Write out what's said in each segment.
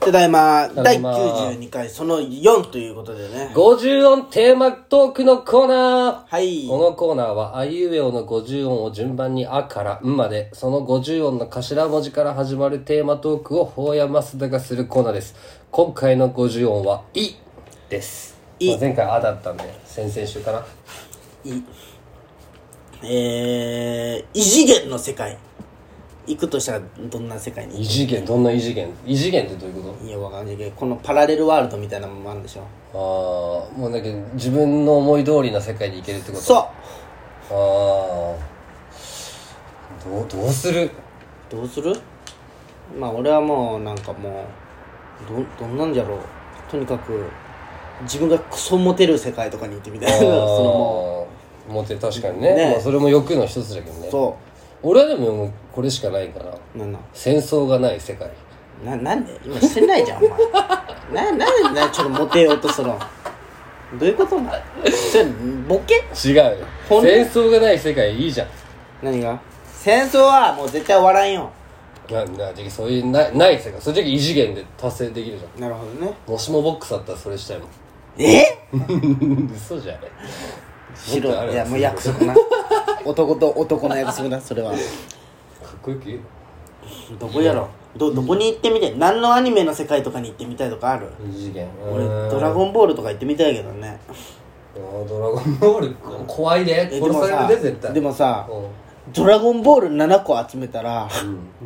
ただいま、ただ第いま92回、その4ということでね。 50音テーマトークのコーナーはい。このコーナーは、あいうえおの50音を順番にあからんまで、その50音の頭文字から始まるテーマトークを、ほうやますだがするコーナーです。今回の50音は、いです。いまあ前回あだったんで、先々週かな。いえー、異次元の世界。行くとしたら、どんな世界に異次元、どんな異次元異次元ってどういうこいや、わかんないけど、このパラレルワールドみたいなもんもあるんでしょ。とああ、もうだけど、自分の思い通りの世界に行けるってことそああどうどうするうどうするまあ、俺はもう、なんかもう、ど、どんなんじゃろう。とにかく、自分がクソモテる世界とかに行ってみたいな。 そのもあーモテ確かにねねまあ、それも欲の一つだけどう、ねそ俺はでももうこれしかないからう。なんなん戦争がない世界な、なんで今してないじゃん、お前。な、 なんでな、ちょっとモテようとするのどういうことなそれ、ボケ違うよほん戦争がない世界いいじゃん何が戦争はもう絶対終わらんよ。ななじゃあそういうないない世界その時異次元で達成できるじゃなるほどね。んもしもボックスあったらそれしたいもんえ嘘じゃないもっとあ白るい。わいや、もう約束な。 男と男の約束な、それは。かっこよく言うよどこやろど、どこに行ってみたい何のアニメの世界とかに行ってみたいとかある異次元俺、ドララゴンボールとか行ってみたいけどね。 ドラゴンボール怖いでえ殺されるで絶対でもさ、うんドラゴンボール7個集めたら、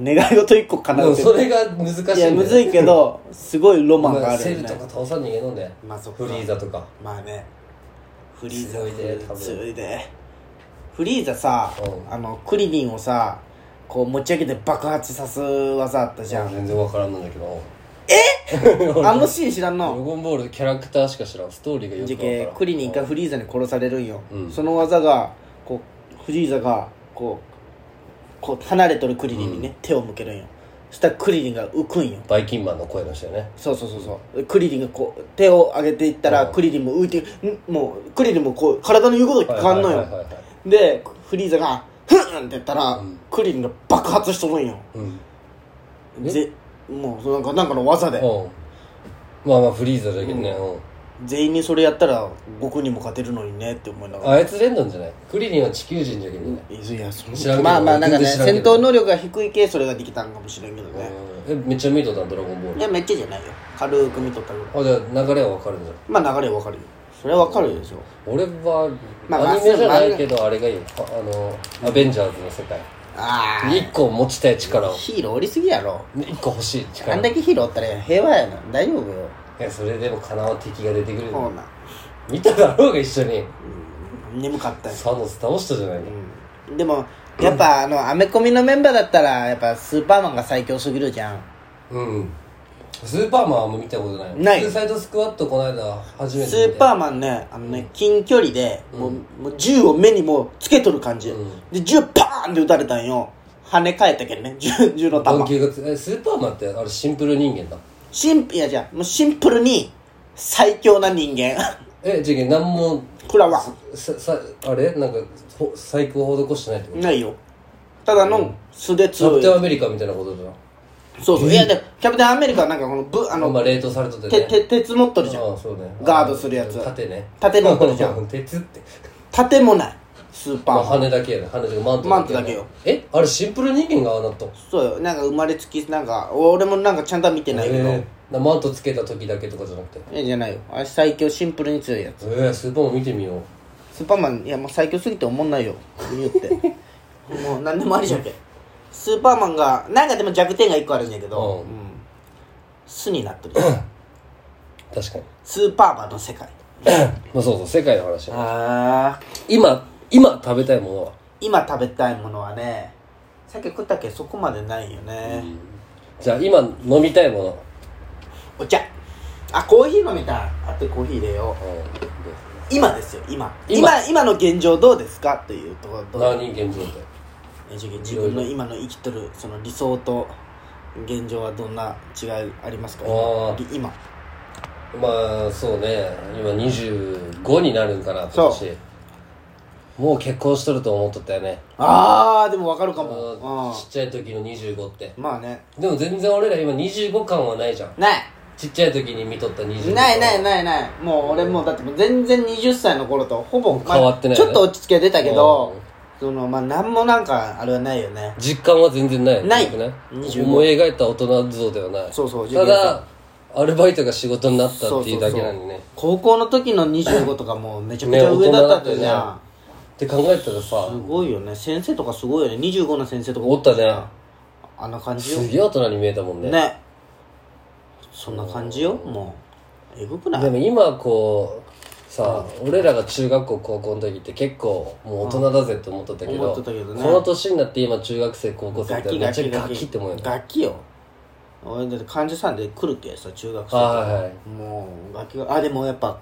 願い事1個叶でうもってそれが難しいんだよいやむずいけどすごいロマンがあるセよルとねか倒さんにいけのんで、まあそっかフリーザとかまあねフリーザ強いで多分強いでフリーザさうんあのクリリンをさこう持ち上げて爆発さす技あったじゃん全然わからんのだけどあのシーン知らんドラのゴンボールキャラクターしか知らんストーリーがよくじゃわからけんクリリンがフリーザに殺されるんようんその技がこうフリーザがこうこう離れとるクリリンにね手を向けるんよそしたらクリリンが浮くんよバイキンマンの声の人よねそうそうそうそうクリリンがこう手を上げていったらうんクリリンも浮いてんもうクリリンもこう体の言うことが変わんのはいはいよはいはいでフリーザが「フン!」って言ったら、うんクリリンが爆発しとるんようんえぜもうなんかなんかの技で、うんまあまあフリーザだけどね、うん全員にそれやったら僕にも勝てるのにねって思いながらあいつレンドンじゃないクリリンは地球人じゃけどね、いやその知らんけどまあまあなんかね全然知らん戦けど闘能力が低い系それができたんかもしれんけどね、うんえめっちゃ見とったんドラゴンボーいルやめっちゃじゃないよ軽く見とったぐらいあじゃあ流れはわかるんじゃんまあ流れはわかるよそれはわかるでしょ俺は、まあまあアニメじゃないけどあれがいいよああのアベンジャーズの世界ああ一個持ちたい力をヒーローおりすぎやろ一個欲しい力あんだけヒーローおったら平和やな大丈夫よいやそれでもかなわ敵が出てくるそうなん見ただろうが一緒に眠かったよ、サノス倒したじゃないのうん、でもやっぱあのアメコミのメンバーだったらやっぱスーパーマンが最強すぎるじゃんうんスーパーマンも見たことないないスーサイドスクワットこの間初めてスーパーーマンねあのね近距離でもう,、うんもう銃を目にもうつけとる感じ、うんで銃パーンって撃たれたんよ跳ね返ったけんね銃銃のマン弾級がつえスーパーマンってあれシンプル人間だシンプいやじゃあもうシンプルに最強な人間えじゃあ何もこれはささあれなんかほ細工を施してないってことないよただの素でキャ強プいテンアメリカみたいなことだなそうそういやでもキャプテンアメリカはなんかこのぶああんのま冷凍されとっててねて鉄持っとるじゃんああそうねガードするやつ縦ね縦持っとるじゃん 鉄って盾もないスーパまーマあン羽だけやね羽というかマントやねマンえあれシンプル人間がああなったそうよなんか生まれつきなんか俺もなんかちゃんとは見てないけど、えーなマントつけた時だけとかじゃなくてえじゃないよあれ最強シンプルに強いやつえー、スーパーマン見てみようスーパーマンいやもう最強すぎて思んないよ言うって もう何でもありじゃんけスーパーマンがなんかでも弱点が1個あるんやけど、ううんん巣になって る確かにスーパーマンの世界まあそうそう世界の話 ああ今今食べたいものは今食べたいものはねさっき食ったけそこまでないよね、じゃあ今飲みたいものお茶あコーヒー飲みたいあとコーヒー入れようう今ですよ今今今今の現状どうですかっていうところんと何人間状態えじゃあ自分の今の生きとるその理想と現状はどんな違いありますかあー今今まあそうね今25になるんかな今そう年もう結婚しとると思っとったよねああでもわかるかあものちっちゃい時の25ってうんまあねでも全然俺ら今25感はないじゃんないちっちゃい時に見とった25ないないいないないもう俺もうだってもう全然20歳の頃とほぼ変わってないまよあちょねっと落ち着きは出たけどそのまあ何もなんかあれはないよね実感は全然ないよねない僕ね25思い描いた大人像ではないそうそうた受験だ生アルバイトが仕事になったそっうそていううそうだけなんでね高校の時の25とかもうめちゃくちゃ上だったってね大人だねって考えたらさすごいよね先生とかすごいよね25の先生とかおったねあんな感じよすげえ大人に見えたもんねねそんな感じよもうえぐくないでも今こうさ俺らが中学校高校の時って結構もう大人だぜって思っとったけど,、うん思っとったけどねこの年になって今中学生高校生ガってキめっガちゃキガキって思うよねガキよ俺だって患者さんで来るけさ中学生はいはいはいもうガキがあでもやっぱ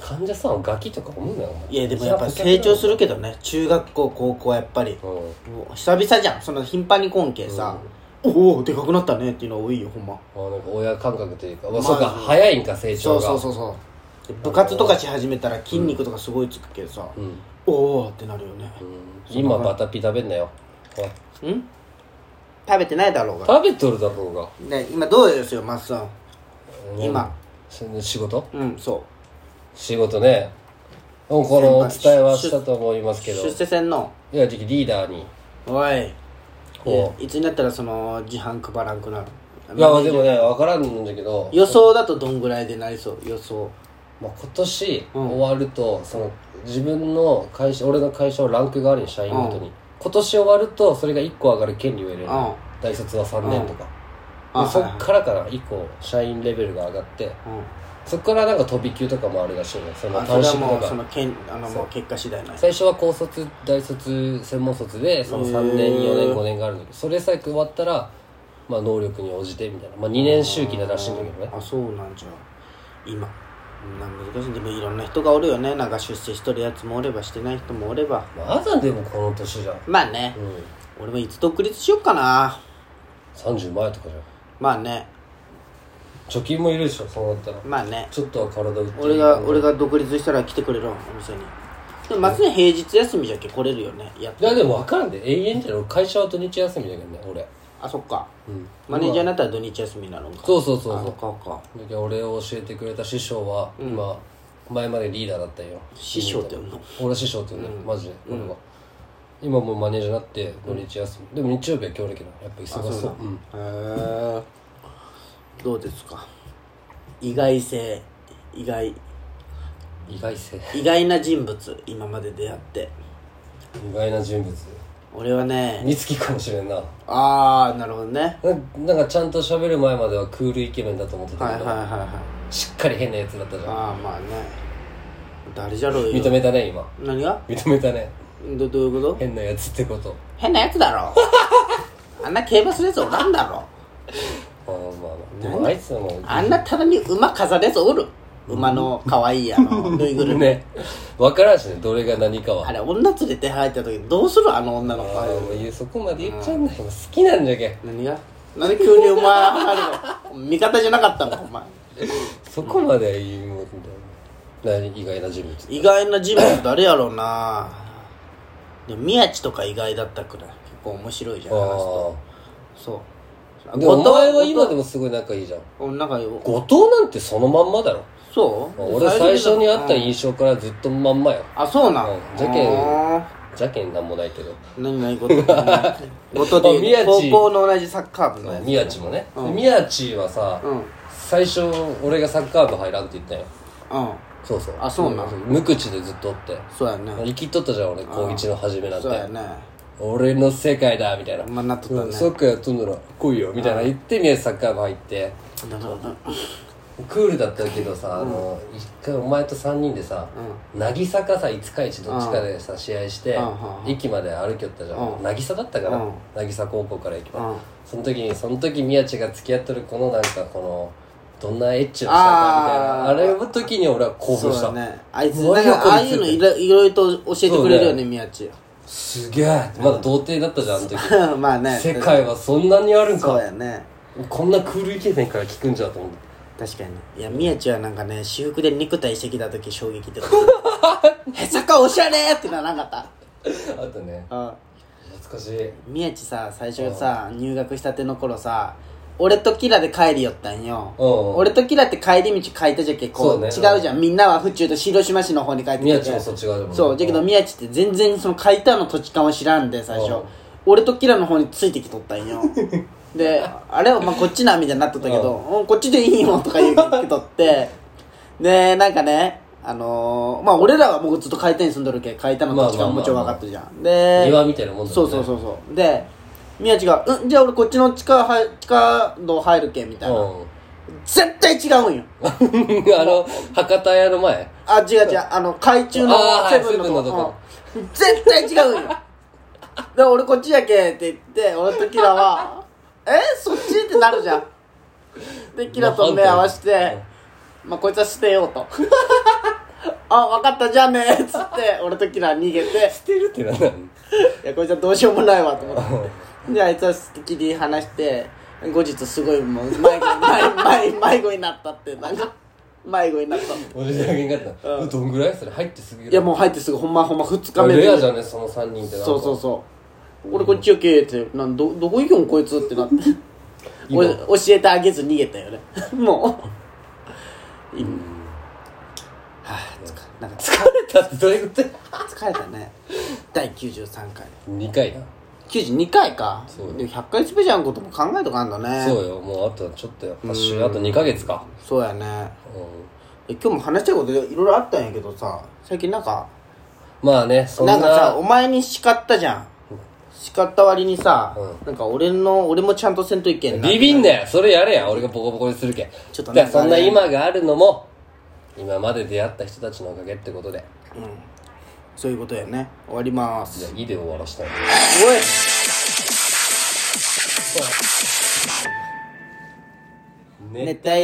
患者さんはガキとか思うなよお前いやでもやっぱ成長するけどね中学校高校はやっぱりうんもう久々じゃんその頻繁に来んけさ、おおでかくなったねっていうの多いよほんままあなんか親感覚というか、まあまあそうか早いんか成そ長うがそうそうそうで部活とかし始めたら筋肉とかすごいつくけどさ、うん、おおってなるよねうん今バタピ食べんなよおいうん、食べてないだろうが食べとるだろうがね今どうですよマッスン今その仕事うんそ仕事ねもうこのお伝えはしたと思いますうけど出世線のいや次リーダーにおいこいつになったらその自販配らんくなるういやまあでもね分からんんだけど、予想だとどんぐらいでなりそう予想まあ、今年うん終わると、その自分の会社俺の会社をランク代わりに社員ごとに、今年終わるとそれが1個上がる権利を得れる、うん大卒は3年とか、うんであそっからから1個社員レベルが上がってうそっからなんか飛び級とかもあるらしいねそんのあそれ単は身もとうそかのけんあのもう結果次第なんや最初は高卒大卒専門卒でその3年へー4年5年があるんだけどそれさえ終わったら、まあ、能力に応じてみたいな、まあ、2年周期だらしいんだけどねあそうなんじゃ今なん難しいでもいろんな人がおるよねなんか出世しとるやつもおればしてない人もおればまだでもこの年じゃん、まあねうん、俺もいつ独立しよっかな30前とかじゃんまあね貯金もいるでしょそうなったらまあねちょっとは体打って俺が俺が独立したら来てくれるお店にでも松井平日休みじゃっけ来れるよねやっいやでも分からんで永遠じゃない俺会社は土日休みだけどね俺あそっかうんマネージャーになったら土日休みになるんかそうそうそうあそそっかそっかうだけど俺を教えてくれた師匠は今、前までリーダーだったんよ師匠って呼ぶの俺師匠って言うね、マジで俺は、今もうマネージャーになって土日休み、でも日曜日は今日だけどやっぱ忙しそうそううんへえどうですか意外性意外意外性意外な人物今まで出会って意外な人物俺はね美月かもしれんなああなるほどねななんかちゃんと喋る前まではクールイケメンだと思ってたはいけはいど、はいはいしっかり変なやつだったじゃんああまあね誰じゃろう認よめたね今何が認めたねどどういうこと変なやつってこと変なやつだろ あんな競馬するやつおらんだろまあまあまあでもあいつはもうあんな棚に馬飾るやつおる馬の可愛いあのぬいぐるみね分からんしねどれが何かはあれ女連れて入った時どうするあの女の子あもう言うそこまで言っちゃうんだよ好きなんじゃけん何がなんで急にお前あれの味方じゃなかったのお前そこまで言うもんだよ何意外な人物意外な人物誰やろうなでも宮地とか意外だったくらい結構面白いじゃん話とあそうあでもお前は今後でもすごい仲いいじゃん藤うんなんかよ後藤なんてそのまんまだろそう俺最初に会ったうん印象からずっとまんまよあそうなんうんじゃけんうんじゃけんなんもないけど何何こと ことで言あ宮うと地高校の同じサッカー部のやつ宮地もねうん宮地はさうんうん最初俺がサッカー部入らんって言ったよそうそうあそうなん無口でずっとおってそうやね生きっとったじゃん俺高一の初めなんてそうやね俺の世界だみたいな、まあなっとったうんねサッカーやっとんなら来いよみたいな言って宮地サッカー部入ってなるほどクールだったけどさ、あの一回お前と3人でさ、渚かさ5日市どっちかでさ、試合して、うんうん駅まで歩きよったじゃん、うん渚だったかな、うん渚高校から駅まで、うんその時にその時宮地が付き合っとるこのなんかこのどんなエッチをしたかみたいなああーれの時に俺は興そ奮しうた、やねあいつわなんけわかかんあなあいいうのいろいろいろと教えてくれるよね宮地すげえまだ童貞だったじゃんあの時 まあね世界はそんなにあるんそうかやねこんなクールイケメンから聞くんじゃと思って確かにいや宮地はなんか ね私服で肉体移籍だ時衝撃ってことへそかおしゃれってならなかったあとねあ懐かし い宮地さ最初さ入学したての頃さ俺とキラで帰りよったんようん俺とキラって帰り道書いたじゃけこそううね違うじゃんみんなは府中と広島市の方に帰って宮る地もそっち側だもんねそうじゃけど宮地って全然その書いたの土地勘を知らんで最う初ん俺とキラの方についてきとったん よであれはまあこっちなみたいになっとったけどうんこっちでいいよとか言うけとってでなんかねあのーまあ俺らはもうずっと回転住んどるけ回転の土地勘もちろん分かったじゃんで庭みたいなもんだもんねそうそうそうそうで宮地が「うんじゃあ俺こっちの地下は地下道入るけ」みたいな、うん絶対違うんよあの博多屋の前あ違う違うあの海中のあーセブンのとはこ、うん絶対違うんよ で俺こっちやけって言って俺とキラ は「えそっち?」ってなるじゃんでキラと目合わせて「まあこいつは捨てよう」 と「あ分かったじゃあね」っつって俺とキラ逃げて捨てるってなんだいやこいつはどうしようもないわと思ってであいつはすっきり話して後日すごいもう迷子迷迷迷子になったってなんか迷子になったって俺じゃげんかったのどんぐらいそれ入ってすぐいやもう入ってすぐほんまほんま2日目レでアじゃんねその3人ってなんかそうそうそう俺こっちよけってなんどどこ行くんこいつってなって今お教えてあげず逃げたよね もう今はあ疲れなんか疲だってどういうこと疲れたね第93回2回な92回かそうよで100回スペシャルのことも考えとかあんだねそうよもうあとちょっとよ8週あと2ヶ月かそうやねうんえ今日も話したいこといろいろあったんやけどさ最近なんかまあねそんななんかさお前に叱ったじゃん叱った割にさ、うなんか俺の俺もちゃんとせんといけんなビビんなよそれやれや俺がボコボコにするけんちょっとねだからそんな今があるのも今まで出会った人たちのおかげってことでそういうことやね終わりまーすじゃあ「い」で終わらしたおいいね熱帯